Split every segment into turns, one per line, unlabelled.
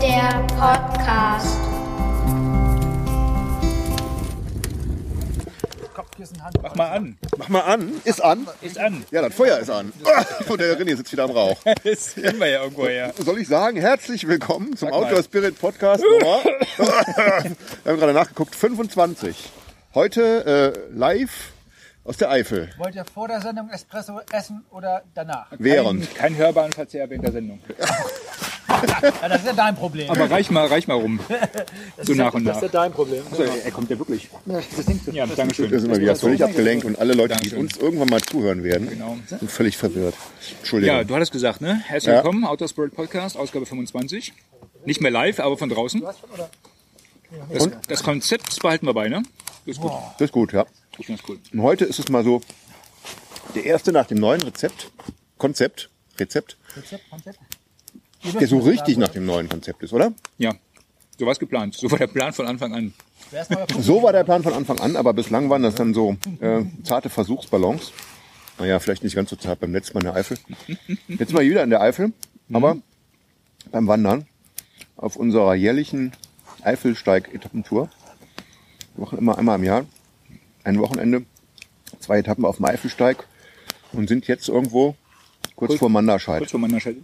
der Podcast.
Mach mal an.
Mach mal an. Ist an?
Ist an.
Ja, das Feuer ist an. Ah, Und der René sitzt wieder am Rauch.
Das kennen wir ja irgendwo her.
Soll ich sagen, herzlich willkommen zum
Sag mal.
Outdoor Spirit Podcast Nummer. Wir haben gerade nachgeguckt, 25. Heute äh, live aus der Eifel.
Wollt ihr vor der Sendung Espresso essen oder danach?
Während.
Kein, kein hörbaren Verzehr während der Sendung.
Ja, das ist ja dein Problem.
Aber reich mal, reich mal rum. So nach und nach.
dein Problem.
Er kommt ja wirklich. Ja, danke
Wir
schön.
sind mal wieder völlig abgelenkt und alle Leute, die
Dankeschön.
uns irgendwann mal zuhören werden,
Genau.
sind völlig verwirrt.
Ja,
Entschuldigung.
du hattest gesagt, ne? Herzlich
Ja.
willkommen, Outdoor Spirit Podcast, Ausgabe 25. Nicht mehr live, aber von draußen. Das, das Konzept behalten wir bei, ne? Das ist gut.
Das ist gut, ja.
Ich finde das cool.
Und heute ist es mal so, der erste nach dem neuen Rezept, Konzept, Rezept, der so richtig nach dem neuen Konzept ist, oder?
Ja, so war es geplant. So war der Plan von Anfang an.
So war der Plan von Anfang an, aber bislang waren das dann so äh, zarte Versuchsballons. Naja, vielleicht nicht ganz so zart beim letzten Mal in der Eifel. Jetzt mal wieder in der Eifel, aber beim Wandern auf unserer jährlichen Eifelsteig-Etappentour. Wir machen immer einmal im Jahr ein Wochenende, zwei Etappen auf dem Eifelsteig und sind jetzt irgendwo kurz vor Manderscheid.
Kurz vor meiner Schalt.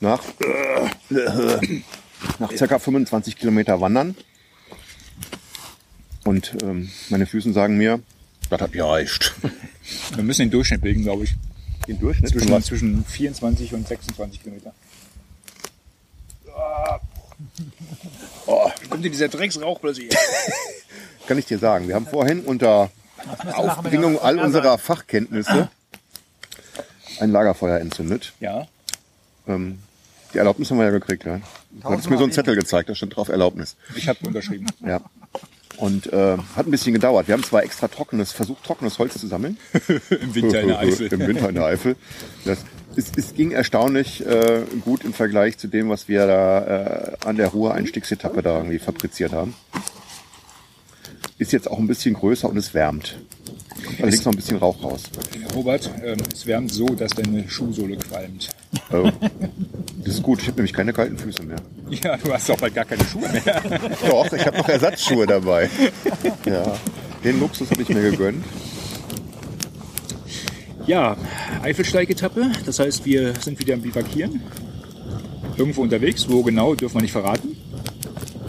Nach, nach circa 25 Kilometer Wandern. Und ähm, meine Füßen sagen mir, das hat gereicht.
Wir müssen den Durchschnitt bilden, glaube ich.
Den Durchschnitt
Zwischen, zwischen 24 und 26 Kilometer. Oh, kommt dir dieser Drecksrauch plötzlich.
kann ich dir sagen. Wir haben vorhin unter Aufbringung all unserer Fachkenntnisse ein Lagerfeuer entzündet.
Ja,
Ähm, die Erlaubnis haben wir ja gekriegt. Ja? Du hattest mir so einen Zettel gezeigt, da stand drauf Erlaubnis.
ich habe unterschrieben.
Ja. Und äh, hat ein bisschen gedauert. Wir haben zwar extra trockenes, versucht trockenes Holz zu sammeln.
Im Winter in der
Im
Eifel.
Winter in der Eifel. Das, es, es ging erstaunlich äh, gut im Vergleich zu dem, was wir da äh, an der Ruhr-Einstiegsetappe da irgendwie fabriziert haben. Ist jetzt auch ein bisschen größer und es wärmt. Da liegt noch ein bisschen Rauch raus.
Robert, ähm, es wärmt so, dass deine Schuhsohle qualmt.
Oh. Das ist gut, ich habe nämlich keine kalten Füße mehr.
Ja, du hast doch bald gar keine Schuhe mehr.
Doch, ich habe noch Ersatzschuhe dabei. Ja, den Luxus habe ich mir gegönnt.
Ja, Eifelsteig-Etappe. Das heißt, wir sind wieder am Bivakieren. Irgendwo unterwegs. Wo genau, dürfen wir nicht verraten.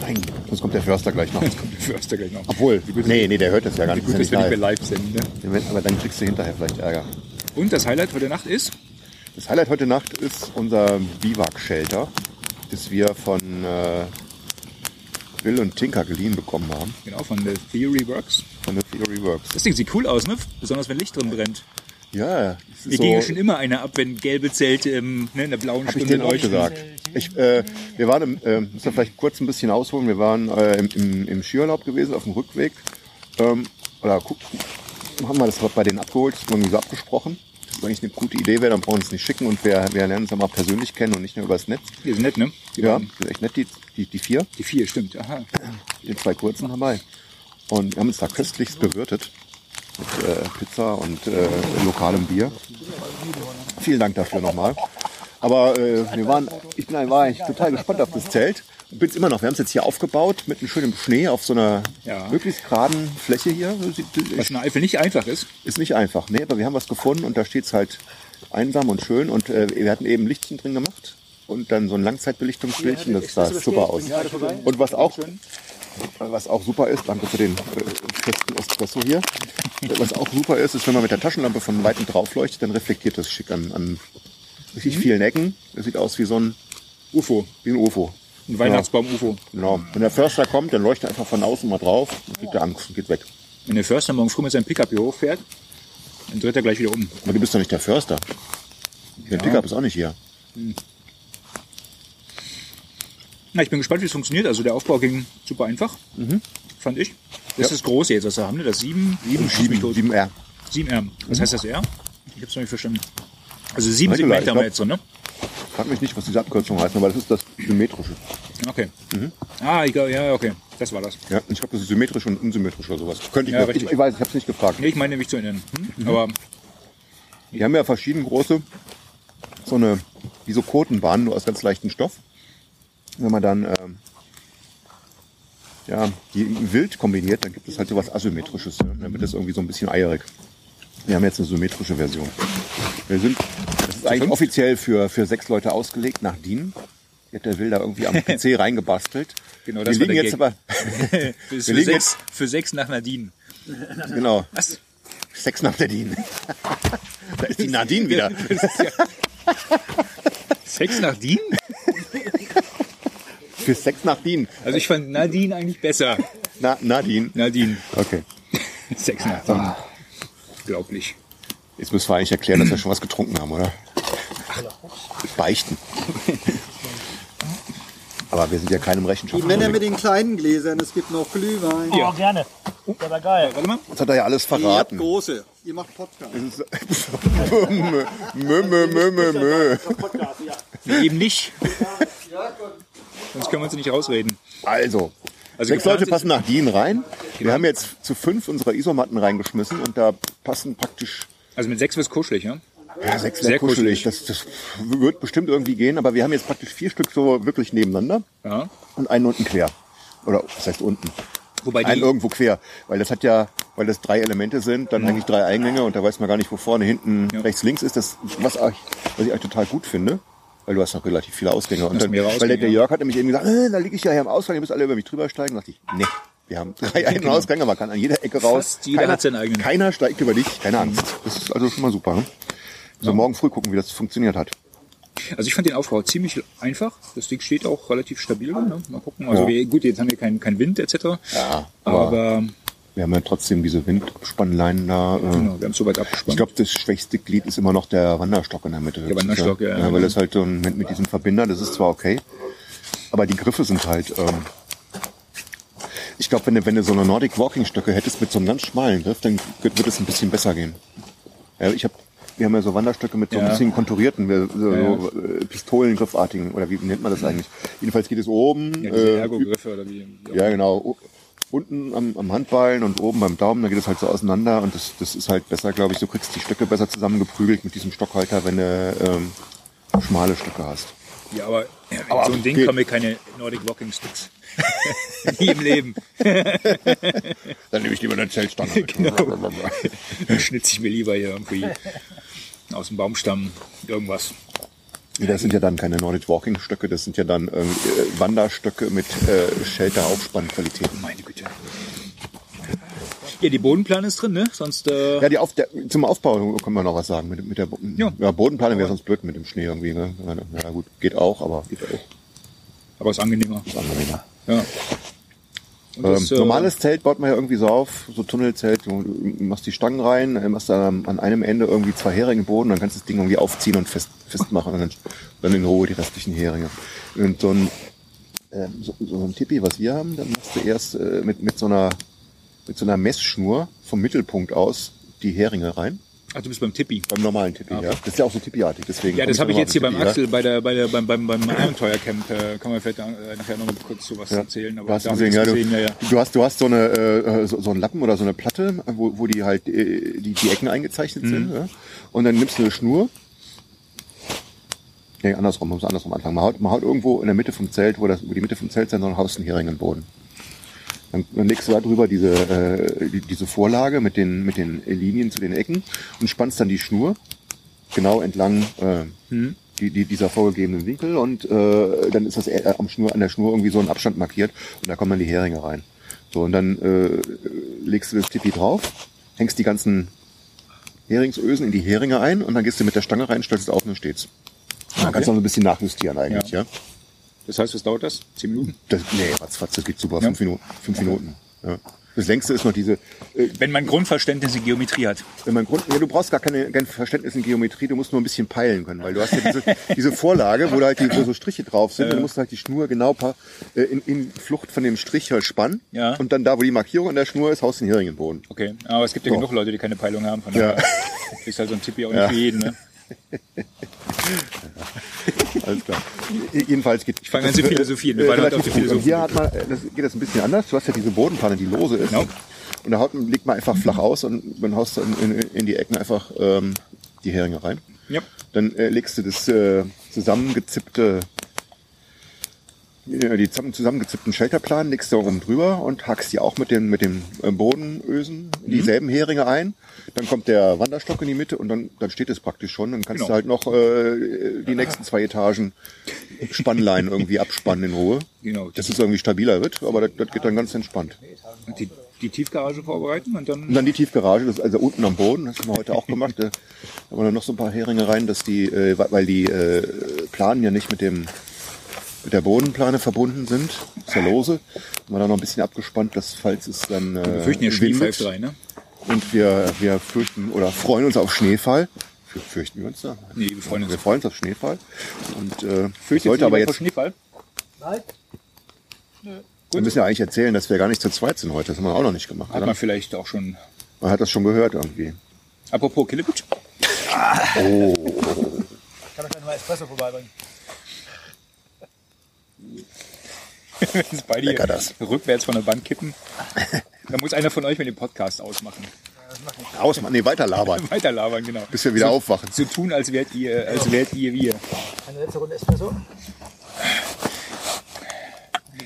Nein, sonst kommt der Förster gleich noch.
Kommt der Förster gleich noch.
Obwohl, nee, nee, der hört das ja gar nicht.
Gut,
ist
dass
ja
wir nicht mehr
nicht
live sind. Ne?
live. Aber dann kriegst du hinterher vielleicht Ärger.
Und das Highlight heute Nacht ist,
Das Highlight heute Nacht ist unser Biwak-Shelter, das wir von äh, Will und Tinker geliehen bekommen haben,
genau, von The Theory Works.
von The Theory Works.
Das Ding sieht cool aus, ne? Besonders wenn Licht drin brennt.
Ja, das
Mir
ist
ging ja
so,
schon immer einer ab, wenn gelbe Zelte im, ne, in der blauen
hab ich
Stunde
denen auch
leuchten.
gesagt. Ich, äh, wir waren, im, äh, müssen wir vielleicht kurz ein bisschen ausholen, wir waren äh, im, im, im Skiurlaub gewesen, auf dem Rückweg. Ähm, oder guck, haben wir das bei denen abgeholt, das haben wir so abgesprochen. Das ist eigentlich eine gute Idee, wäre, dann brauchen wir es nicht schicken und wir, wir lernen uns dann mal persönlich kennen und nicht nur übers Netz.
Die sind nett, ne? Die
Ja,
beiden.
sind echt nett, die, die, die vier.
Die vier, stimmt. Aha.
den zwei kurzen dabei. Und wir haben uns da köstlichst bewirtet mit äh, Pizza und äh, lokalem Bier. Vielen Dank dafür nochmal. Aber äh, wir waren, ich bin war eigentlich total gespannt auf das Zelt. Und bin's immer noch. Wir haben es jetzt hier aufgebaut mit einem schönen Schnee auf so einer
Ja.
möglichst geraden Fläche hier.
Was in der Eifel nicht einfach ist.
Ist nicht einfach. Nee, aber wir haben was gefunden und da steht's halt einsam und schön. Und äh, wir hatten eben Lichtchen drin gemacht und dann so ein Langzeitbelichtungsbildchen. Das sah super aus. Und was auch, was auch super ist, danke für den äh, festen Espresso hier. Was auch super ist, ist, wenn man mit der Taschenlampe von Weitem drauf leuchtet, dann reflektiert das schick an, an richtig vielen Ecken. Das sieht aus wie so ein,
UFO.
wie ein UFO.
Ein Weihnachtsbaum-UFO.
Genau. Wenn der Förster kommt, dann leuchtet einfach von außen mal drauf und kriegt er Angst und geht weg.
Wenn der Förster morgen früh mit seinem Pickup hier hochfährt, dann dreht er gleich wieder um.
Aber du bist doch nicht der Förster. Der Pickup ist auch nicht hier.
Na, ich bin gespannt, wie es funktioniert. Also der Aufbau ging super einfach, fand ich. Das ist das Große jetzt, was wir haben, ne? Das 7, 7, 7,
7 R.
7 R. Mhm. Was heißt das R? Ich hab's noch nicht verstanden. Also 7
Regular,
Segmente
ich
haben wir
glaub-
jetzt drin, ne?
Frag mich nicht, was diese Abkürzung heißt, aber das ist das Symmetrische.
Okay. Ah, ich glaube, ja, okay. Das war das.
Ja, ich glaube, das ist symmetrisch und unsymmetrisch oder sowas. Könnte ich
Ja,
mir-
richtig.
ich, ich weiß, ich habe es nicht gefragt.
Nee, Ich meine mich zu erinnern. Hm? Aber
Die haben ja verschiedene große, so eine, wie so Kotenbahnen, nur aus ganz leichtem Stoff. wenn man dann ähm, ja, die wild kombiniert, dann gibt es halt sowas Asymmetrisches. Ne? Dann wird das irgendwie so ein bisschen eierig. Wir haben jetzt eine symmetrische Version. Wir sind, das ist eigentlich offiziell für, für sechs Leute ausgelegt nach DIN. Die Hat der Wilder irgendwie am PC reingebastelt.
Genau,
wir
das war
liegen
der
jetzt
Gag.
aber,
Für,
wir liegen
sechs, für sechs nach Nadine.
jetzt, genau,
Was?
sechs nach der DIN. da ist die Nadine wieder.
Sechs nach DIN?
Für sechs nach DIN.
Also ich fand Nadine eigentlich besser.
Na, Nadine.
Nadine. Ah,
Okay.
Sechs nach DIN. Glaublich.
Jetzt müssen wir eigentlich erklären, dass wir schon was getrunken haben, oder? Beichten. Aber wir sind ja keinem Rechenschaft.
Männer mit den kleinen Gläsern, es gibt noch Glühwein.
Oh, gerne. Der war geil.
Warte mal.
Uns hat er ja alles
Ihr habt
verraten.
große. Ihr macht Podcast.
mö, mö, mö, mö, mö, mö.
Wir geben nicht. Sonst können wir uns nicht rausreden.
Also,
Also
sechs
geplant
Leute
ist-
passen nach Dien rein. Wir haben jetzt zu fünf unserer Isomatten reingeschmissen und da passen praktisch
Also mit sechs wird's kuschelig, ja?
ja, sechs
Sehr
sehr
kuschelig.
kuschelig. Das, das wird bestimmt irgendwie gehen, aber wir haben jetzt praktisch vier Stück so wirklich nebeneinander
Ja.
und einen unten quer. Oder das heißt unten.
Wobei
Ein
die,
irgendwo quer, weil das hat ja, weil das drei Elemente sind, dann eigentlich drei Eingänge und da weiß man gar nicht, wo vorne, hinten, rechts, links ist. Das, was, ich, was ich eigentlich total gut finde, weil du hast noch relativ viele Ausgänge. Und
hast
dann,
mehrere
weil der,
Ausgänge,
der
ja.
Jörg hat nämlich eben gesagt, äh, da liege ich ja hier am Ausgang, ihr müsst alle über mich drüber steigen. Da dachte ich, nee, wir haben drei einen Ausgang, man kann an jeder Ecke raus.
genau. Fast jeder hat seinen eigenen. Mhm.
Keiner steigt über dich, keine Angst. Das ist also schon mal super. Ne? So morgen früh gucken, wie das funktioniert hat.
also ich fand den Aufbau ziemlich einfach. Das Ding steht auch relativ stabil. Ne? Mal gucken. Also
Ja.
wir, gut, jetzt haben wir keinen, keinen Wind etc.
Ja, aber-
aber
Wir haben ja trotzdem diese Windspannleinen da. Äh,
genau, wir haben es soweit abgespannt.
Ich glaube, das schwächste Glied ist immer noch der Wanderstock in der Mitte. Der
Wanderstock, ja, genau. ja.
Weil das halt so ein, mit, mit diesem Verbinder, das ist zwar okay, aber die Griffe sind halt... Ähm, ich glaube, wenn du, wenn du so eine Nordic Walking Stöcke hättest mit so einem ganz schmalen Griff, dann wird wird es ein bisschen besser gehen. Ja, ich hab, wir haben ja so Wanderstöcke mit so ein
Ja.
bisschen konturierten, wir- so, so äh, Pistolengriffartigen, oder wie nennt man das eigentlich? Jedenfalls geht es oben,
ja, diese
äh,
Ergo-Griffe oder wie.
ja, genau. U- Unten am, am Handballen und oben beim Daumen, da geht es halt so auseinander und das, das ist halt besser, glaube ich. Du kriegst die Stöcke besser zusammengeprügelt mit diesem Stockhalter, wenn du ähm, schmale Stöcke hast.
Ja, aber, ja, mit so ein Ding
geht.
kann mir keine Nordic Walking Sticks. Nie im Leben.
Dann nehme ich lieber eine Zeltstange mit. genau.
Dann schnitze ich mir lieber hier irgendwie aus dem Baumstamm irgendwas.
Das sind ja dann keine Nordic Walking Stöcke, das sind ja dann ähm, äh, Wanderstöcke mit äh, Shelter-Aufspannqualität.
Meine Güte. Ja, die Bodenplane ist drin, ne? Sonst, äh,
Ja, die Auf der, zum Aufbau können wir noch was sagen. Mit, mit der Bo-
Ja.
ja, Bodenplanung wäre sonst blöd mit dem Schnee irgendwie. Ne? Na gut, geht auch, aber geht auch.
aber ist angenehmer.
ist angenehmer.
Ja. Und
Ähm,
das, äh,
normales Zelt baut man ja irgendwie so auf, so Tunnelzelt, du machst die Stangen rein, äh, machst da an einem Ende irgendwie zwei Heringe im Boden, dann kannst du das Ding irgendwie aufziehen und fest, festmachen und dann, dann in Ruhe die restlichen Heringe. Und so ein, ähm, so, so ein Tipi, was wir haben, dann machst du erst äh, mit, mit, so einer, mit so einer Messschnur vom Mittelpunkt aus die Heringe rein.
Ach, du bist beim Tippi.
Beim normalen Tipi, ja. Das ist ja auch so Tipi-artig, deswegen.
Ja, das
komm
habe ich
nochmal
jetzt hier
auf
beim
den
Axel bei der, bei der, beim, beim, beim Abenteuercamp. Äh, kann man vielleicht äh, nachher noch mal kurz so was erzählen.
du hast
da hab
gesehen,
ich
ja,
das
du,
gesehen, ja, ja.
du hast, du hast so, eine, äh, so, so einen Lappen oder so eine Platte, wo, wo die halt äh, die, die Ecken eingezeichnet sind.
Mhm.
Ja? Und dann nimmst du eine Schnur. Nee, andersrum, man muss andersrum anfangen. Man haut, man haut irgendwo in der Mitte vom Zelt, wo, das, wo die Mitte vom Zelt sein soll, haust einen Hering im Boden. Dann, dann legst du da drüber diese, äh, die, diese Vorlage mit den, mit den Linien zu den Ecken und spannst dann die Schnur genau entlang äh, die, die, dieser vorgegebenen Winkel und äh, dann ist das äh, am Schnur, an der Schnur irgendwie so ein Abstand markiert und da kommen dann die Heringe rein. So, und dann äh, legst du das Tipi drauf, hängst die ganzen Heringsösen in die Heringe ein und dann gehst du mit der Stange rein, stellst es auf und dann steht's. Dann kannst du noch ein bisschen nachjustieren eigentlich, ja.
Ja. Das heißt, was dauert das? Zehn Minuten?
Das, nee, ratzfatz, das geht super, fünf Minuten. Fünf Minuten ja. Das längste ist noch diese, äh,
Wenn man Grundverständnis in Geometrie hat.
wenn man Grund, ja, du brauchst gar keine, kein Verständnis in Geometrie, du musst nur ein bisschen peilen können, weil du hast ja diese, diese Vorlage, wo da halt die, wo so Striche drauf sind, dann musst du halt die Schnur genau pa- äh, in, in Flucht von dem Strich halt spannen
Ja.
und dann da, wo die Markierung an der Schnur ist, haust du den Hering in den Boden.
Okay, aber es gibt ja
So.
genug Leute, die keine Peilung haben. Von
Ja.
daher ist halt so ein Tipp ja auch
Ja.
nicht für jeden. Ne?
Alles klar. Jedenfalls geht äh, Ich
fange an zu philosophieren. Wir waren heute auf die Philosophie.
Hier hat man, äh, das geht das ein bisschen anders. Du hast ja diese Bodenpfanne, die lose ist.
Genau.
Und da haut, legt man einfach flach aus und dann haust du in, in, in die Ecken einfach ähm, die Heringe rein.
Ja.
Dann äh, legst du das äh, zusammengezippte äh, die zusammen- zusammengezippten Shelterplanen, legst du oben drüber und hackst die auch mit den, mit den äh, Bodenösen
Mhm.
in dieselben Heringe ein. Dann kommt der Wanderstock in die Mitte und dann, dann steht es praktisch schon. Dann kannst
Genau. Ah.
du halt noch äh, die nächsten zwei Etagen Spannleinen irgendwie abspannen in Ruhe.
Genau.
Dass es irgendwie stabiler wird, aber das, das geht dann ganz entspannt.
Und die, die Tiefgarage vorbereiten und dann.
Und dann die Tiefgarage, das ist also unten am Boden, das haben wir heute auch gemacht. Da haben wir noch so ein paar Heringe rein, dass die, äh, weil die äh, Planen ja nicht mit dem mit der Bodenplane verbunden sind, ist ja lose. Haben wir da noch ein bisschen abgespannt, dass falls es dann äh,
Wir fürchten ja
windet
Schneepfeif rein, ne?
und wir wir fürchten oder freuen uns auf Schneefall. Für- Fürchten wir uns da?
Nee, wir freuen uns.
Wir freuen uns auf Schneefall. Und äh, sollte aber jetzt,
Schneefall.
Nein,
wir müssen ja eigentlich erzählen, dass wir gar nicht zu zweit sind heute. Das haben wir auch noch nicht gemacht.
Hat
Oder?
man vielleicht auch schon.
Man hat das schon gehört irgendwie.
Apropos Killebitsch.
ich kann euch gleich mal Espresso vorbeibringen.
Wenn es beide
Lecker
hier
das.
rückwärts von der Wand kippen. Da muss einer von euch mit dem Podcast ausmachen.
Aus, nee, weiter labern,
Weiter labern, genau.
bis wir wieder
so,
aufwachen.
So tun, als wärt ihr, als wärt ihr wir.
Eine letzte Runde Espresso.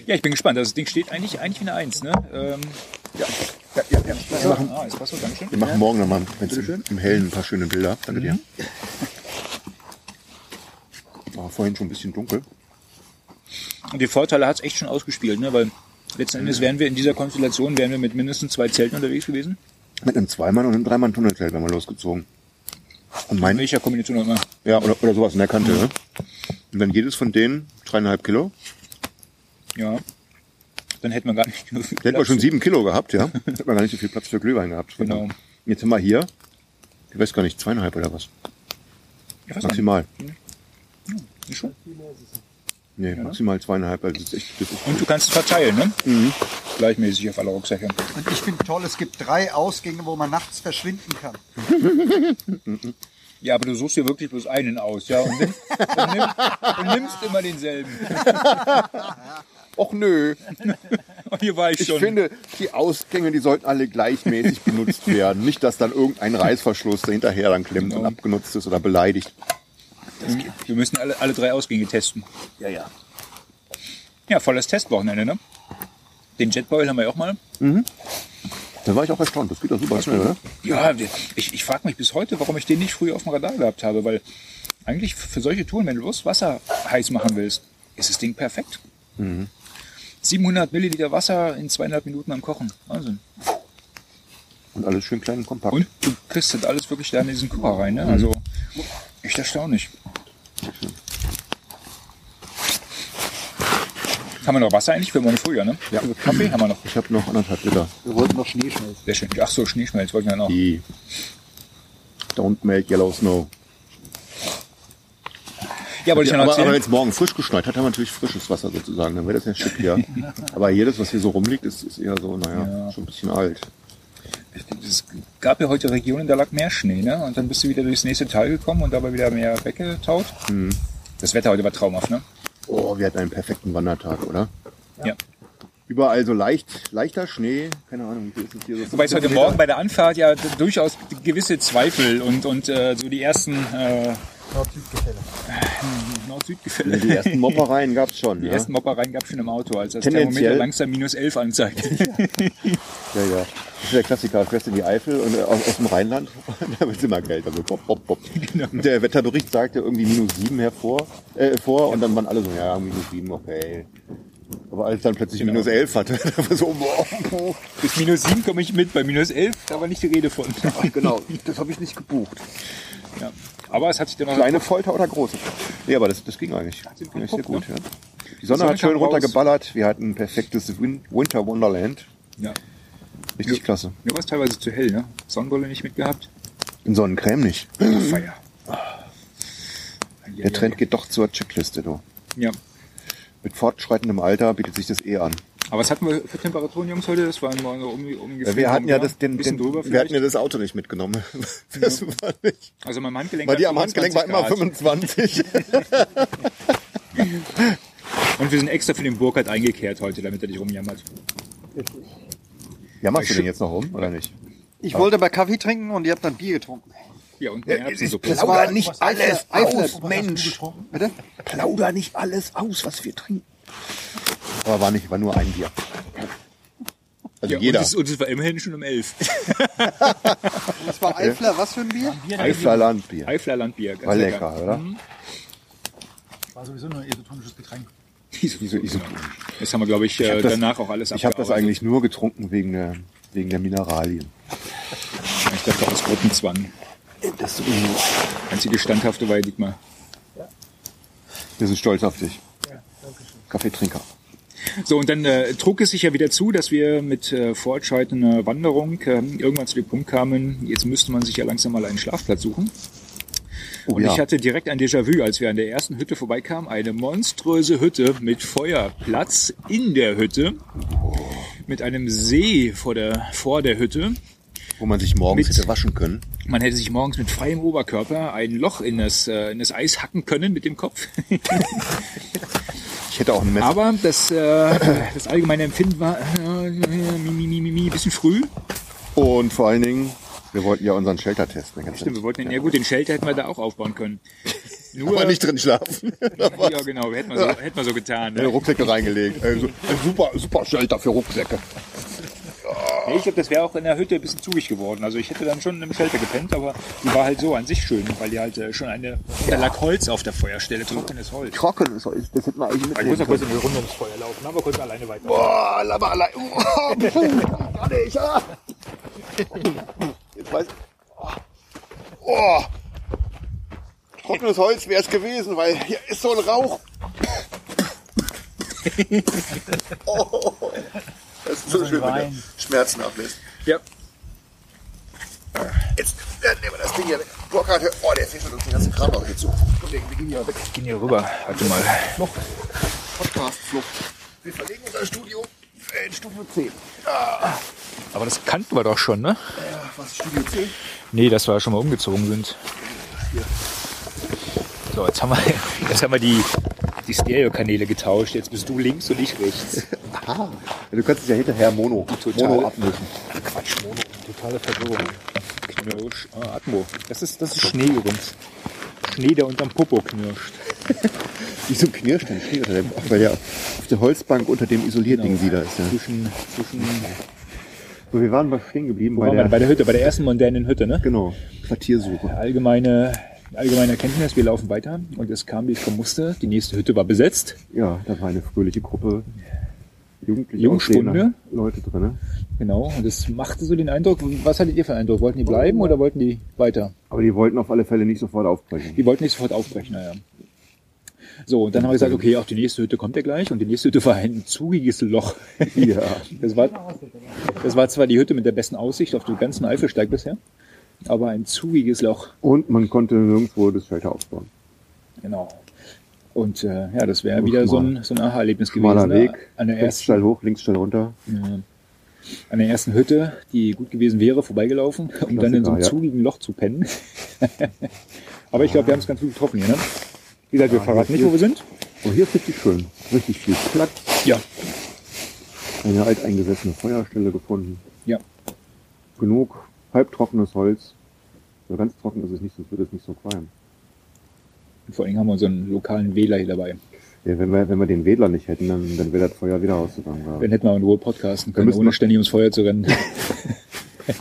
Ja, ich bin gespannt. Also das Ding steht eigentlich, eigentlich in der Eins, ne? Ähm,
Ja, ja, ja, ja. Wir machen,
ah, ist was so, danke schön.
wir machen morgen nochmal im, im Hellen ein paar schöne Bilder. Danke dir. War vorhin schon ein bisschen dunkel.
Und die Vorteile hat es echt schon ausgespielt, ne? Weil letzten Endes wären wir in dieser Konstellation, wären wir mit mindestens zwei Zelten unterwegs gewesen.
Mit einem Zweimann- und einem Dreimann-Tunnelzelt wären wir losgezogen. Und
In
mein,
welcher Kombination auch immer.
ja, oder, oder sowas in der Kante, ne? Und dann jedes von denen dreieinhalb Kilo.
Ja. Dann hätten wir gar nicht genug.
Da hätten wir schon sieben Kilo gehabt, ja. Da hätten wir gar nicht so viel Platz für Glühwein gehabt.
Genau.
Jetzt haben wir hier, ich weiß gar nicht, zweieinhalb oder was?
Ja, weiß nicht.
Maximal.
Schon.
Nee, maximal zweieinhalb. Also das ist echt, das ist
Und du kannst es verteilen, ne? Gleichmäßig auf alle Rucksäcke.
Und ich finde toll, es gibt drei Ausgänge, wo man nachts verschwinden kann.
Ja, aber du suchst dir wirklich bloß einen aus, ja? Und, nimm, und, nimm, und nimmst immer denselben.
Och nö.
Und hier war ich
Ich
schon.
finde, die Ausgänge, die sollten alle gleichmäßig benutzt werden. Nicht, dass dann irgendein Reißverschluss dahinterher dann klemmt
Genau.
und abgenutzt ist oder beleidigt.
wir müssen alle, alle drei Ausgänge testen.
Ja, ja.
Ja, volles Testwochenende, ne? Den Jetboil haben wir ja auch mal.
Da war ich auch erstaunt. Das geht doch super schnell, oder?
Ja, ich, ich frage mich bis heute, warum ich den nicht früher auf dem Radar gehabt habe, weil eigentlich für solche Touren, wenn du bloß Wasser heiß machen willst, ist das Ding perfekt. 700 Milliliter Wasser in zweieinhalb Minuten am Kochen. Wahnsinn.
Und alles schön klein und kompakt.
Und du kriegst das alles wirklich da in diesen Kocher rein, ne? Also, echt erstaunlich. Haben wir noch Wasser eigentlich für meine Folie, ne?
Ja.
Für Kaffee haben wir noch.
Ich habe noch anderthalb Liter.
Wir wollten noch Schnee schmelzen.
Sehr schön. Ach so, Schneeschmelz wollten wir noch.
Die Don't Melt Yellow Snow.
Ja, wollte ich ja noch
aber, aber wenn
erzählen.
es morgen frisch geschneit hat, haben wir natürlich frisches Wasser sozusagen. Dann wäre das ja schick, ja. aber jedes, was hier so rumliegt, ist, ist eher so, naja, schon ein bisschen alt.
Es gab ja heute Regionen, da lag mehr Schnee, ne? Und dann bist du wieder durchs nächste Tal gekommen und dabei wieder mehr weggetaut.
Mhm.
Das Wetter heute war traumhaft, ne?
Oh, wir hatten einen perfekten Wandertag, oder?
Ja.
Überall so leicht, leichter Schnee. Keine Ahnung, wie viel ist es hier so?
Wobei es heute
15
Morgen bei der Anfahrt ja d- durchaus gewisse Zweifel und, und äh, so die ersten äh,
Nord-Süd-Gefälle.
Nord-Süd-Gefälle.
Die ersten Moppereien gab es schon. ne?
Die
ja.
ersten Moppereien gab es schon im Auto, als das
Tendenziell-
Thermometer langsam minus 11 anzeigt.
ja, ja. Das ist der Klassiker. Du fährst in die Eifel und äh, aus, aus dem Rheinland. da wird es immer kälter. So, pop, pop, pop. Und der Wetterbericht sagte irgendwie minus sieben hervor, äh, vor. Und dann waren alle so, ja, minus sieben, okay. Aber als dann plötzlich minus elf hatte, da war so, boah.
Bis minus 7 komme ich mit, bei minus 11 da war nicht die Rede von.
Genau, das habe ich nicht gebucht.
Ja. Aber es hat sich dann noch...
Kleine Folter oder große? Nee, aber das, das ging eigentlich. Das ging echt sehr gut, ja. Die ne? Sonne
Sonne
hat schön
kam raus.
runtergeballert. Wir hatten ein perfektes Win Winter Wonderland.
Ja.
Richtig
Ja.
klasse.
Mir war es teilweise zu hell, ne? Sonnenbrille nicht mitgehabt.
In Sonnencreme nicht.
Feier.
Mhm. Der Trend geht doch zur Checkliste, du.
Ja.
Mit fortschreitendem Alter bietet sich das eh an.
Aber was hatten wir für Temperaturen, Jungs, heute? Das waren mal so um, ungefähr...
wir hatten ja
oder?
das, den,
Ein
den
bisschen drüber
wir hatten
vielleicht.
ja das Auto nicht mitgenommen. Das war nicht.
also mein Handgelenk
Bei dir
hat
am Handgelenk war immer
25
25.
Grad. Und wir sind extra für den Burkhardt eingekehrt heute, damit er nicht rumjammert.
ja, machst
du
du
den
den jetzt noch um, oder nicht?
Ich wollte aber Kaffee trinken und ihr habt dann Bier getrunken.
Ja, und eine Erbsensuppe.
Das war nicht
Eifler- Eifler- was hast du
Mensch.
Bitte?
Plauder nicht alles aus, was wir trinken. Aber war nicht, war nur ein Bier. Also
Ja,
jeder.
Und es, und es war immerhin schon um elf.
Das war Eifler, was für ein Bier?
Eifler Landbier.
Eifler Landbier. Ganz
War lecker, oder?
Mhm.
War sowieso nur ein isotonisches Getränk.
Wieso isotonisch?
Das haben wir, glaube ich,
hab
äh,
das-
danach auch alles
Ich habe das
abgearbeitet.
eigentlich nur getrunken wegen der, wegen der Mineralien.
Ich dachte aus Gruppenzwang.
Das,
Einzige standhafte war ja Dietmar.
wir sind stolz auf dich.
Ja, danke schön.
Kaffeetrinker.
So, und dann äh, trug es sich ja wieder zu, dass wir mit äh, fortschreitender Wanderung ähm, irgendwann zu dem Punkt kamen, jetzt müsste man sich ja langsam mal einen Schlafplatz suchen.
Oh,
Und
ja.
ich hatte direkt ein Déjà-vu, als wir an der ersten Hütte vorbeikamen. Eine monströse Hütte mit Feuerplatz in der Hütte, mit einem See vor der, vor der Hütte.
Wo man sich morgens
Mit-
hätte waschen können.
Man hätte sich morgens mit freiem Oberkörper ein Loch in das, äh, in das Eis hacken können mit dem Kopf.
Ich hätte auch ein Messer.
Aber das, äh, das allgemeine Empfinden war äh, mi, mi, mi, mi, mi, bisschen früh.
Und vor allen Dingen, wir wollten ja unseren Shelter testen. ganz
Stimmt, wir wollten den, ja gut, den Shelter hätten wir da auch aufbauen können. Nur,
Aber nicht drin schlafen.
ja genau, hätten wir so, hätten wir so getan.
Eine
Ne?
Rucksäcke reingelegt. Also, ein super, super Shelter für Rucksäcke.
Nee, Ich glaube, das wäre auch in der Hütte ein bisschen zugig geworden. Also ich hätte dann schon im Shelter gepennt, aber die war halt so an sich schön, weil die halt äh, schon eine, da lag Holz auf der Feuerstelle, trockenes Holz.
Trocken so ist, das hätten wir eigentlich
Ich muss ja kurz in die Runde ums Feuer laufen, aber kurz alleine weiter.
Boah, laber allein. Oh, puh, gar nicht. Ah. Jetzt weiß Oh. Trockenes Holz wäre es gewesen, weil hier ist so ein Rauch. Oh, das ist so schön, wenn der
Wein.
Schmerzen ablässt.
Ja,
Jetzt äh, nehmen wir das Ding hier weg. Burkhard, hör- oh, der fischelt uns den ganzen Kram auch hier zu. Komm, wir wir gehen hier weg.
gehen hier rüber. Warte mal.
Podcast-Flucht. Wir verlegen unser Studio äh, in Studio 10.
Aber das kannten wir doch schon, ne?
Ach, was, Studio 10?
Nee, dass wir schon mal umgezogen sind. So, jetzt haben wir, jetzt haben wir die, die Stereo-Kanäle getauscht. Jetzt bist du links und ich rechts.
Aha. Du kannst es ja hinterher Mono,
Total.
Mono abmischen.
Ach Quatsch, Mono, totale Verwirrung. Knirsch, ah, Atmo. Das ist, das ist Schnee übrigens. Schnee, der unterm Popo knirscht.
Wieso knirscht denn Schnee unter dem? Ach, weil der auf der Holzbank unter dem Isolierding genau. wieder ist. Ja.
Zwischen, zwischen,
So, wir waren mal stehen geblieben
bei, der, bei der Hütte, bei der ersten modernen Hütte, ne?
genau, Quartiersuche.
Allgemeine, allgemeine Erkenntnis, wir laufen weiter und es kam die Vermuste, die nächste Hütte war besetzt.
Ja, da war eine fröhliche Gruppe jugendlich
Jungspunde?
aussehender Leute drin. ne?
Genau, und das machte so den Eindruck, was hattet ihr für einen Eindruck? Wollten die bleiben oder wollten die weiter?
Aber die wollten auf alle Fälle nicht sofort aufbrechen.
Die wollten nicht sofort aufbrechen, naja. So, und dann haben wir gesagt, okay, auf die nächste Hütte kommt er gleich. Und die nächste Hütte war ein zugiges Loch.
Ja.
Das war, das war zwar die Hütte mit der besten Aussicht auf den ganzen Eifelsteig bisher, aber ein zugiges Loch.
Und man konnte nirgendwo das Shelter aufbauen.
Genau. Und äh, ja, das wäre wieder so ein, so ein Aha-Erlebnis gewesen.
Oh, Schmaler
ne?
Weg,
An der
rechts
ersten
steil hoch, links steil runter.
an der ersten Hütte, die gut gewesen wäre, vorbeigelaufen, um dann in so einem
Klassiker, ja.
zugigen Loch zu pennen. Aber ich glaube, wir haben es ganz gut getroffen hier, ne? Wie gesagt, wir verraten nicht, wo wir sind.
Oh, hier ist richtig schön. Richtig viel Platz.
Ja.
Eine alteingesessene Feuerstelle gefunden.
Ja.
genug halbtrockenes Holz. So ganz trocken ist es nicht, sonst würde es nicht so qualmen.
Und vor allem haben wir unseren lokalen Wähler hier dabei.
Ja, wenn, wir, wenn wir den Wedler nicht hätten, dann, dann wäre das Feuer wieder ausgegangen. Ja.
Dann hätten wir in Ruhe podcasten können,
müssen
ohne
wir-
ständig ums Feuer zu rennen.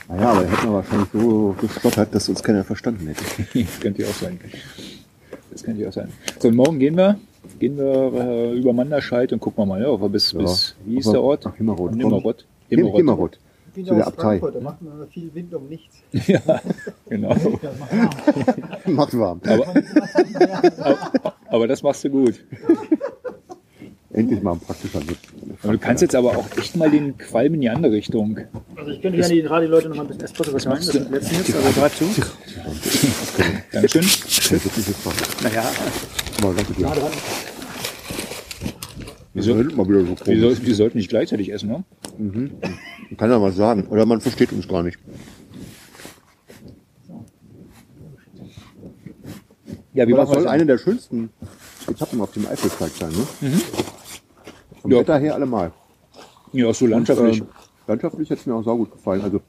Naja, aber dann hätten wir wahrscheinlich so gestottert, dass uns keiner verstanden hätte.
das könnte ja auch sein. Das könnte ja auch sein. So, und morgen gehen wir. Gehen wir äh, über Manderscheid und gucken wir mal, ja, ob wir bis,
Ja.
bis, wie ist
Ob wir-
der Ort?
Ach, Himmerod.
Nimmerod.
Himmerod.
Nimmerod.
Himmerod.
Ich bin
Zu der Abtei.
Frankfurt, da macht man viel Wind um nichts.
Ja, genau.
Ja, mach mal.
Macht warm.
Aber das machst du gut.
Endlich mal ein praktischer Witz.
Aber du kannst jetzt aber auch echt mal den Qualm in die andere Richtung.
Also ich könnte gerne gerade die Leute noch mal ein bisschen Espresso was meinen. Das sind letzten jetzt, aber gerade zu.
Dankeschön.
Das ist nicht so
Naja,
Mal danke dir.
Gerade ran.
Wieso? Mal wieder so
wir,
komisch.
soll, wir sollten nicht gleichzeitig essen, ne?
Man kann ja was sagen. Oder man versteht uns gar nicht.
Ja, wie
Aber
machen
das
wir
soll
das?
eine der schönsten Etappen auf dem Eifelsteig sein, ne? Vom
Mhm. Ja.
Wetter her allemal.
Ja, so landschaftlich.
Landschaftlich, ähm, landschaftlich hat es mir auch saugut gefallen. Also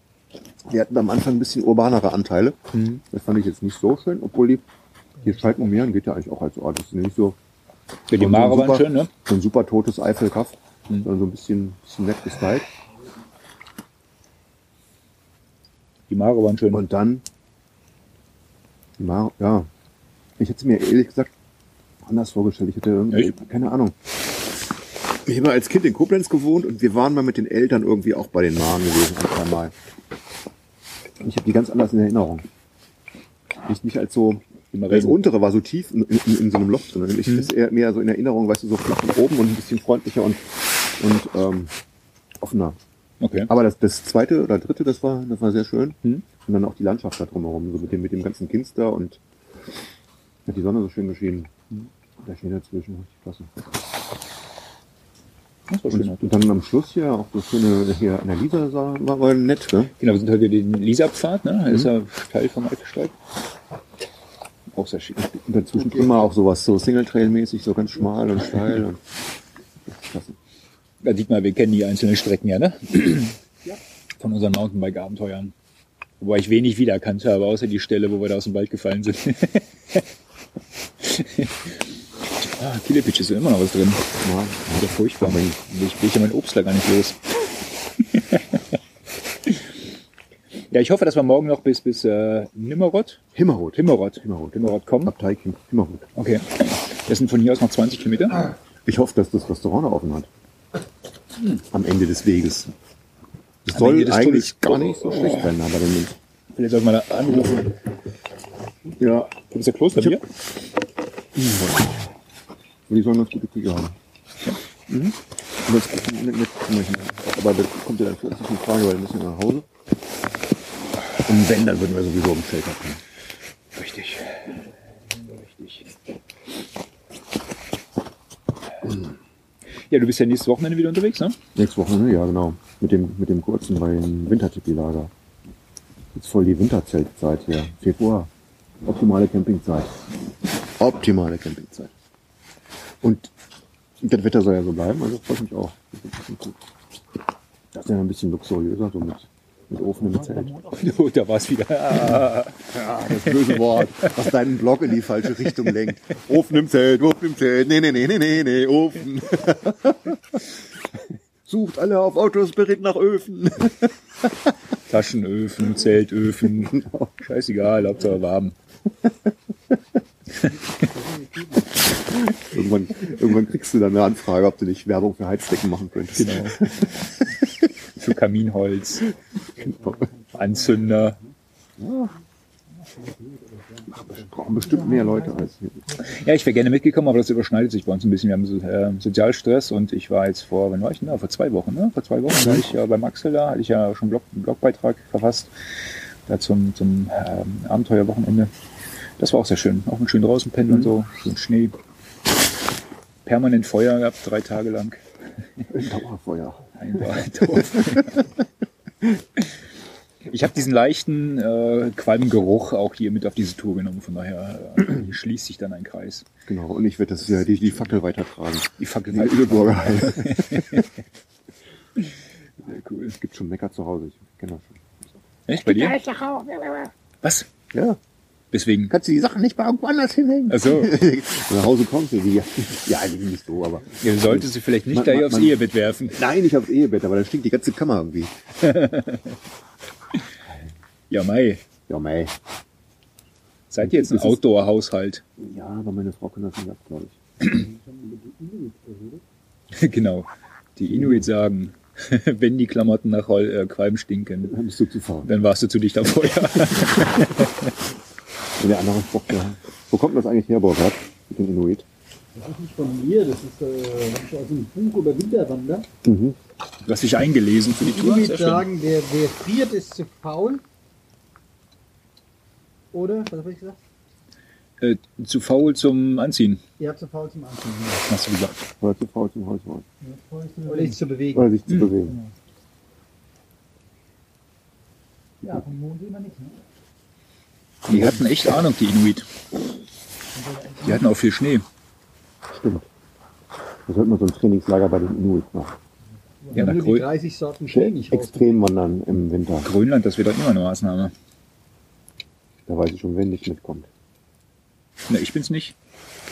wir hatten am Anfang ein bisschen urbanere Anteile.
Mhm.
Das fand ich jetzt nicht so schön, obwohl die um hier Schalken und Meeren geht ja eigentlich auch als Ort. Das ist nicht so
ja, die
so ein
Mare waren
super-
schön, ne? Mhm.
So ein super totes Eifelkaff. Dann so ein bisschen, bisschen nett gestylt.
Die Mare waren schön.
Und dann, na, ja, ich hätte sie mir ehrlich gesagt anders vorgestellt. Ich hätte irgendwie,
Echt?
keine Ahnung. Ich habe mal als Kind in Koblenz gewohnt und wir waren mal mit den Eltern irgendwie auch bei den Maren gewesen, ein paar Mal. Und ich habe die ganz anders in Erinnerung. Ich mich als so,
Immer
das
reden.
untere war so tief in, in, in so einem Loch drin. Ich ist eher mehr so in Erinnerung, weißt du, so flach von oben und ein bisschen freundlicher und, und ähm, offener.
Okay.
Aber das, das zweite oder dritte, das war, das war sehr schön.
Hm.
Und dann auch die Landschaft da drumherum, so mit dem, mit dem ganzen Kinster und hat die Sonne so schön geschienen. Da steht dazwischen, richtig klasse.
Das war schön.
Und, und dann am Schluss hier auch das schöne, hier an der Lisa sah, war, war nett, ne?
Genau, wir sind heute den Lisa-Pfad, ne? Ist ja Teil vom Eifelsteig. Auch sehr schick.
Und dazwischen immer auch sowas, so Singletrail-mäßig, so ganz schmal und steil und richtig klasse.
Da sieht man, wir kennen die einzelnen Strecken ja, ne? Von unseren Mountainbike-Abenteuern. Wobei ich wenig wiedererkannte, aber außer die Stelle, wo wir da aus dem Wald gefallen sind. ah, Killepitch ist ja immer noch was drin.
Ja,
Das ist ja furchtbar. Ich will ja mein Obst da gar nicht los. ja, ich hoffe, dass wir morgen noch bis, bis äh, Nimmerod,
Himmerrot.
Himmerod,
Himmerod.
Himmerod kommen.
Abtei Kim- Himmerrot.
Okay. Das sind von hier aus noch 20 Kilometer.
Ich hoffe, dass das Restaurant noch offen hat. Hm. Am Ende des Weges. Das
Am
soll
Ende des
eigentlich
Tunnels.
gar nicht so schlecht werden, aber dann
Vielleicht sollten wir da anrufen.
Ja,
Du bist der Kloster hier?
und die sollen ganz gute Küche haben. Mhm. Und das mit, mit, aber das kommt ja dann für uns nicht in Frage, weil wir müssen ja nach Hause. Und wenn, dann würden wir sowieso im Shelter kommen.
Richtig. Richtig.
Hm.
Ja, du bist ja nächstes Wochenende wieder unterwegs, ne?
Nächste Woche, ne? ja genau. Mit dem, mit dem kurzen beim Wintertipi-Lager. Jetzt voll die Winterzeltzeit hier. Februar. Optimale Campingzeit. Optimale Campingzeit. Und das Wetter soll ja so bleiben, also freue ich mich auch. Das ist ja ein bisschen luxuriöser, so mit, mit Ofen im Zelt.
Oh, da war es wieder. Ah,
Ah, das böse Wort, was deinen Blog in die falsche Richtung lenkt. Ofen im Zelt, Ofen im Zelt, nee, nee, nee, nee, nee, nee, Ofen. Sucht alle auf Autospirit nach Öfen.
Taschenöfen, Zeltöfen.
Genau.
Scheißegal, Hauptsache warm.
Irgendwann, irgendwann kriegst du dann eine Anfrage, ob du nicht Werbung für Heizdecken machen könntest.
Genau. Für Kaminholz,
Genau.
Anzünder.
Brauchen bestimmt mehr Leute als hier.
Ja, ich wäre gerne mitgekommen, aber das überschneidet sich bei uns ein bisschen. Wir haben so, äh, Sozialstress und ich war jetzt vor, wann war ich denn da? Vor zwei Wochen, ne? Vor zwei Wochen war ich ja bei Maxel da, hatte ich ja schon einen, Blog, einen Blogbeitrag verfasst, da zum, zum ähm, Abenteuerwochenende. Das war auch sehr schön. Auch mit schön draußen pennen und so, schön Schnee. Permanent Feuer gehabt, drei Tage lang.
Ein Dauerfeuer.
Ein Dauerfeuer. Ich habe diesen leichten äh, Qualmgeruch auch hier mit auf diese Tour genommen, von daher äh, schließt sich dann ein Kreis.
Genau, und ich werde das ja die, die Fackel weitertragen.
Die Fackel
Die Lüneburger Heil.
Sehr cool.
Es gibt schon Mecker zu Hause, ich kenne das schon.
Echt bei dir? Was?
Ja,
Deswegen.
kannst du die Sachen nicht mal irgendwo anders hinhängen?
Also,
Nach Hause kommst du, die, ja, die nicht so, aber.
ihr solltet sie vielleicht nicht
Man-
da
man-
hier aufs
man-
Ehebett werfen.
Nein, nicht aufs Ehebett, aber dann stinkt die ganze Kammer irgendwie.
Ja, Mai.
Ja, mei.
Seid ihr jetzt ein
Das ist-
Outdoor-Haushalt?
Ja, aber meine Frau kann das nicht ab, glaube ich.
genau. Die Inuit sagen, wenn die Klamotten nach Hol äh, Qualm stinken,
Dann bist du zu fahren.
dann warst du zu dicht am Feuer.
Und der andere Bock, ja. Wo kommt denn das eigentlich her, Burkhard? Mit den Inuit?
Das ist nicht von mir, das ist äh, hab ich aus dem Buch über Winterwander.
Mhm.
Du hast dich eingelesen für die
Ich
Tour.
würde
Sehr schön.
sagen, wer, wer friert, ist zu faul. Oder? Was habe ich gesagt?
Äh, zu faul zum Anziehen,
Ja, zu faul zum Anziehen.
hast du gesagt.
Oder zu faul zum Hausmann.
Mhm.
Oder ist zu bewegen.
Oder sich zu bewegen.
Ja, vom Mond immer nicht. Ne?
Die hatten echt Ahnung, die Inuit. Die hatten auch viel Schnee.
Stimmt. Da sollten wir so ein Trainingslager bei den Inuit machen.
Ja, na,
Nur die
cool.
30 Sorten Schnee nicht raus.
Extrem wandern im Winter.
Grönland, das wäre doch immer eine Maßnahme.
Da weiß ich schon, wer nicht mitkommt.
Na, ich bin's nicht.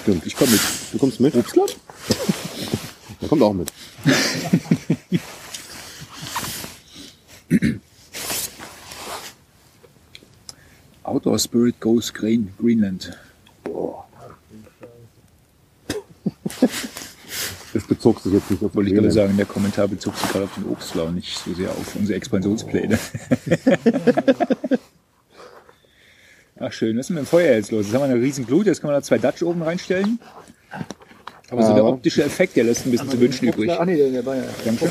Stimmt.
Ich komme mit.
Du kommst mit? Obstland? Der kommt auch mit.
Outdoor Spirit Goes Green, Greenland.
Das bezog sich jetzt nicht auf
Wollte ich
Seele.
gerade sagen, der Kommentar bezog sich gerade auf den Obstler und nicht so sehr auf unsere Expansionspläne. Ach schön, was ist denn mit dem Feuer jetzt los? Jetzt haben wir eine riesen Glut, jetzt kann man da zwei Dutch oben reinstellen. Aber so der optische Effekt, der lässt ein bisschen zu wünschen übrig.
Ah, nee, der war ja.
Danke.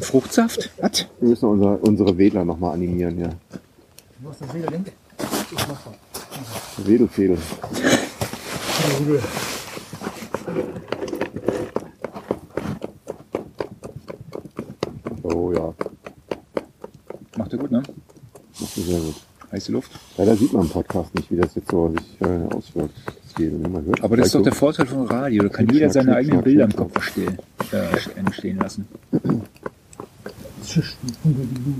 Fruchtsaft? Was?
Wir müssen unser, unsere Wedler nochmal animieren, ja.
Wo ist das Lederling?
Wedelfädel. Oh ja,
Macht er gut, ne?
das ist sehr gut.
Heiße Luft.
Leider sieht man im Podcast nicht, wie das jetzt so sich äh, auswirkt. Das geht, wenn man hört.
Aber das ist doch
Zeig
der Vorteil von Radio. Da kann
Schnack,
jeder seine
schnack,
eigenen
schnack,
Bilder im
schnack.
Kopf stehen, äh, entstehen lassen.
Zischt und funkelt die Blut.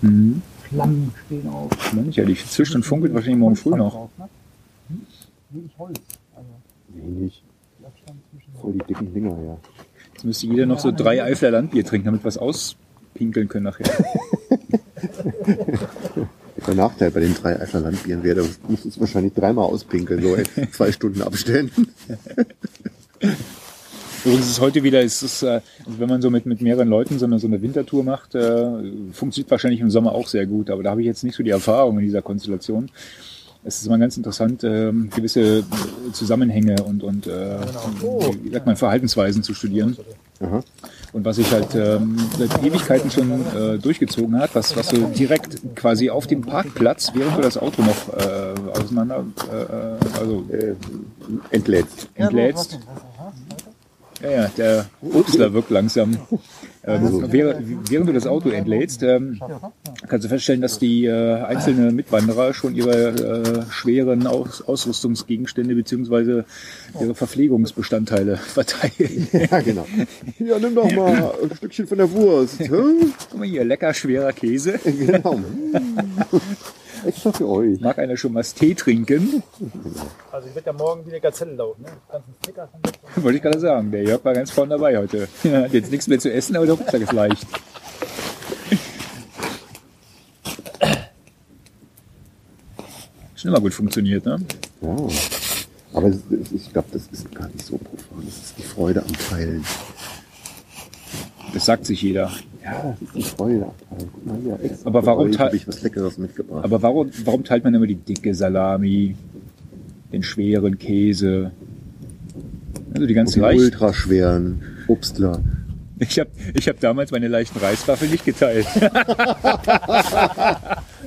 Mhm.
Flammen stehen auf.
Mancherlich. Zischt und funkelt wahrscheinlich morgen früh noch.
Drauf, ne? Hm? Wenig Holz. Also,
so. Nee, nicht.
der Abstand zwischen.
Voll die dicken Dinger, ja.
Jetzt müsste jeder noch so drei Eifler Landbier trinken, damit wir was auspinkeln können nachher.
Der Nachteil bei den drei Eichler Landbieren wäre, du musst es wahrscheinlich dreimal auspinkeln, so in zwei Stunden abstellen.
Übrigens ist heute wieder, es ist, äh, also wenn man so mit, mit mehreren Leuten so eine, so eine Wintertour macht, äh, funktioniert wahrscheinlich im Sommer auch sehr gut, aber da habe ich jetzt nicht so die Erfahrung in dieser Konstellation. Es ist immer ganz interessant, ähm, gewisse Zusammenhänge und, und äh, wie sagt man, Verhaltensweisen zu studieren.
Aha.
Und was sich halt ähm, seit Ewigkeiten schon äh, durchgezogen hat, was, was so direkt quasi auf dem Parkplatz, während wir das Auto noch äh, auseinander, äh, äh, also
Äh, entlädst.
entlädst. Ja, ja, der Obstler wirkt langsam. Ähm, während, während du das Auto entlädst, ähm, kannst du feststellen, dass die äh, einzelnen Mitwanderer schon ihre äh, schweren Aus Ausrüstungsgegenstände beziehungsweise ihre Verpflegungsbestandteile verteilen.
Ja, genau. Ja, nimm doch mal ein Stückchen von der Wurst. Hä?
Guck mal hier, lecker schwerer Käse.
Genau. Mm. Extra für euch.
Mag einer schon mal das Tee trinken?
Also ich werde ja morgen wieder Gazelle laufen. Ne? Die ganzen Sticker von weg.
Wollte ich gerade sagen, der Jörg war ganz vorne dabei heute. Er hat jetzt nichts mehr zu essen, aber der Rucksack ist leicht. Schon immer gut funktioniert, ne?
Ja. Aber es, es, ich glaube, das ist gar nicht so profan. Das ist die Freude am Teilen.
Das sagt sich jeder.
Ja, das ist die Freude am Teilen. Guck mal hier, extra
Aber
für
warum
euch
teil-
habe ich was Leckeres mitgebracht?
Aber warum, warum teilt man immer die dicke Salami, den schweren Käse? Also die
Und
ganzen
die
leichten.
ultraschweren Obstler.
Ich habe ich hab damals meine leichten Reiswaffeln nicht geteilt.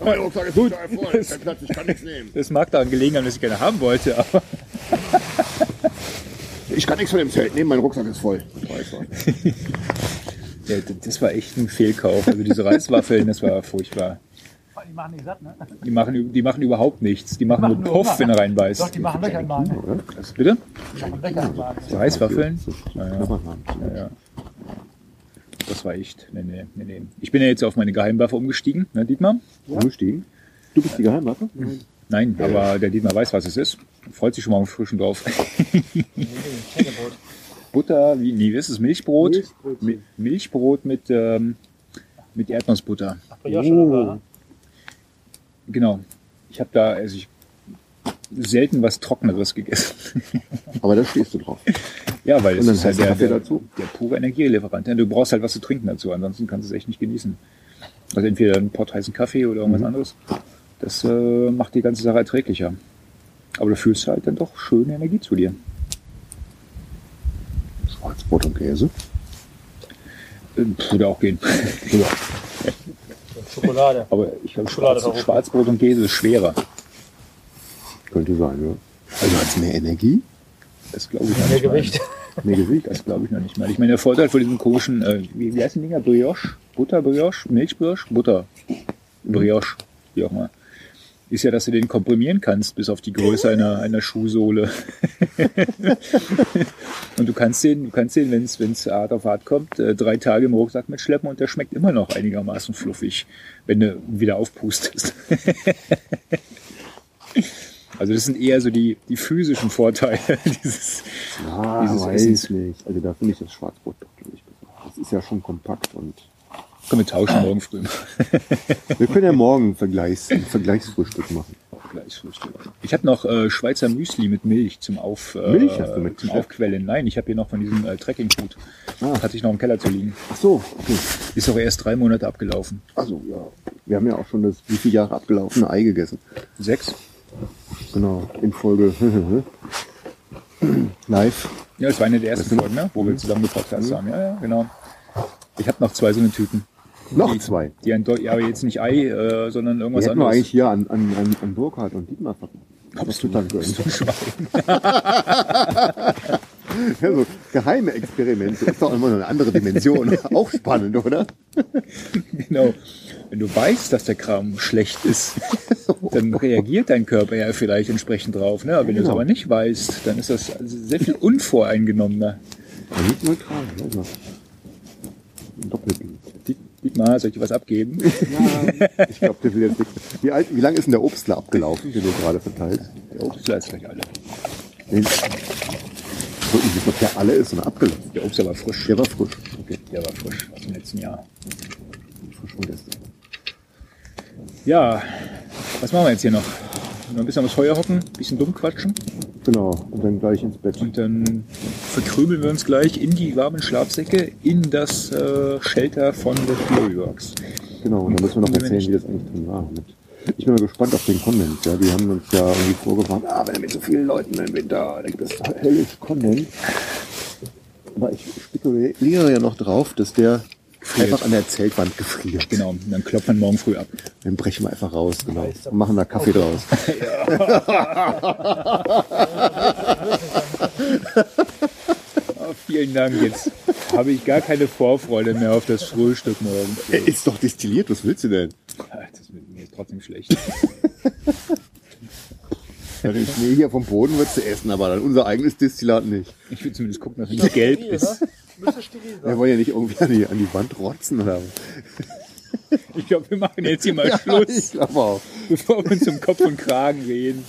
Mein Rucksack ist total voll. Kein Platz, ich kann nichts nehmen.
Das mag daran gelegen haben, dass ich gerne haben wollte, aber
Ich kann nichts von dem Zelt nehmen, mein Rucksack ist voll.
ja, d- das war echt ein Fehlkauf. Also diese Reiswaffeln, das war furchtbar.
Die machen nicht satt, ne?
Die machen, die machen überhaupt nichts. Die machen,
machen
nur
nur
Puff,
Hunger.
wenn er reinbeißt.
Doch, die machen Löcher im Magen. ne?
Was, bitte?
Die machen Löcher im Magen.
Die Reiswaffeln?
So, so
Ja, ja.
Knabberhaken.
Das war echt. Nee, nee, nee, nee. Ich bin ja jetzt auf meine Geheimwaffe umgestiegen, ne, Dietmar?
Umgestiegen? Du bist die Geheimwaffe?
Nein, aber der Dietmar weiß, was es ist. Freut sich schon mal auf frischen drauf. Butter, wie, nee, wie ist es? Milchbrot?
Milchbrötchen.
Mi- Milchbrot mit, ähm, mit Erdnussbutter.
Ja, schon, oder?
Genau. Ich habe da, also ich selten was Trockeneres gegessen.
Aber da stehst du drauf.
Ja, weil es
Und dann
ist halt
heißen
der,
Kaffee
der,
dazu?
der pure Energielieferant. Ja, Du brauchst halt was zu trinken dazu, ansonsten kannst du es echt nicht genießen. Also entweder einen Pott heißen Kaffee oder irgendwas
Mhm.
anderes. Das äh, macht die ganze Sache erträglicher. Aber du fühlst halt dann doch schöne Energie zu dir.
Schwarzbrot und Käse.
Ähm, Würde auch gehen.
Schokolade.
Aber ich glaube,
Schokolade ist
Schwarz,
auch
Schwarzbrot und Käse ist schwerer.
Könnte sein, ja. Also hat's mehr Energie?
Das glaube ich noch
Mehr
nicht mal.
Gewicht.
Mehr Gewicht?
Das glaube ich noch nicht mal. Ich meine, der Vorteil von diesem komischen, äh, wie, wie heißen die Dinger? Brioche? Butter, Brioche? Milchbrioche? Butter. Brioche. Wie auch mal. Ist ja, dass du den komprimieren kannst bis auf die Größe einer, einer Schuhsohle. und du kannst den, du kannst den, wenn es hart auf hart kommt, äh, drei Tage im Rucksack mitschleppen und der schmeckt immer noch einigermaßen fluffig, wenn du wieder aufpustest. Also das sind eher so die, die physischen Vorteile dieses,
Ah,
dieses
weiß
Essens.
ich nicht. Also da finde ich das Schwarzbrot doch, glaube ich, besser. Das ist ja schon kompakt und
Können wir tauschen morgen früh.
wir können ja morgen ein Vergleichs, ein Vergleichsfrühstück machen.
Gleich Frühstück. Ich habe noch äh, Schweizer Müsli mit Milch zum Auf äh,
Milch hast du mit
zum
Geschäft?
Aufquellen. Nein, ich habe hier noch von diesem äh, Trekkingfood.
Ah.
Hatte ich noch im Keller zu liegen.
Ach so, okay.
Ist auch erst drei Monate abgelaufen.
Also ja, wir haben ja auch schon das wie viele Jahre abgelaufene Ei gegessen.
Sechs?
Genau, in Folge live.
Ja, das war eine der ersten Folgen, ne? wo wir zusammengebracht haben.
Mhm.
Ja, ja, genau. Ich habe noch zwei so eine Tüten.
Noch zwei.
Die ein Deu- ja, aber jetzt nicht Ei, äh, sondern
Die
irgendwas
hätten wir eigentlich
anderes.
hier an, an, an, an Burkhardt und Dietmar verkauft. Das total geil. Ja, so geheime Experimente ist doch immer noch eine andere Dimension. Auch spannend, oder?
Genau. Wenn du weißt, dass der Kram schlecht ist, dann reagiert dein Körper ja vielleicht entsprechend drauf. Ne? Aber wenn
Genau.
du es aber nicht weißt, dann ist das also sehr viel unvoreingenommener.
Ja, Nicht neutral, ja, genau. Ein Doppelbild.
Dietmar, soll ich dir was abgeben?
Ich glaube, der will jetzt nichts. Wie, alt, wie lange ist denn der Obstler abgelaufen, den du gerade verteilst? Der Obst,
Obstler ist gleich alle.
nee, so, ich weiß, ob der alle ist und abgelaufen.
Der Obstler war frisch.
Der war frisch. Okay,
Der war frisch aus dem letzten Jahr.
frisch von gestern.
Ja, was machen wir jetzt hier noch? Noch ein bisschen am Feuer hocken, ein bisschen dumm quatschen
Genau, und dann gleich ins Bett.
und dann verkrümeln wir uns gleich in die warmen Schlafsäcke in das äh, Shelter von The Fury Works.
Genau, und dann müssen wir noch
Wenn wir
erzählen,
nicht-
wie das eigentlich drin war. Mit. Ich bin mal gespannt auf den Kondens. Ja. Die haben uns ja irgendwie vorgebracht, ah, wenn ihr mit so vielen Leuten im Winter, dann gibt es höllisch Kondens. Aber ich spekuliere ja noch drauf, dass der einfach an der Zeltwand gefriert.
Genau, und dann klopfen wir morgen früh ab.
Den brechen wir einfach raus, genau. Und machen da Kaffee draus.
Ah, vielen Dank, jetzt habe ich gar keine Vorfreude mehr auf das Frühstück morgen. Ah,
Er ist doch destilliert, was willst du denn?
Das wird mir trotzdem schlecht.
Ja, Den Schnee hier vom Boden würdest du essen, aber dann unser eigenes Destillat nicht.
Ich will zumindest gucken, dass es nicht gelb
Steril,
ist.
ne? Müsste steril
Wir
sein.
wollen ja nicht irgendwie an die, an die Wand rotzen oder was.
Ich glaube, wir machen jetzt hier mal Schluss,
Ich glaube auch.
bevor wir uns um Kopf und Kragen reden.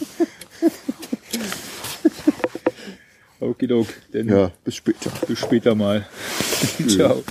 Okidok, dann
Ja, bis später.
bis später mal. Ciao.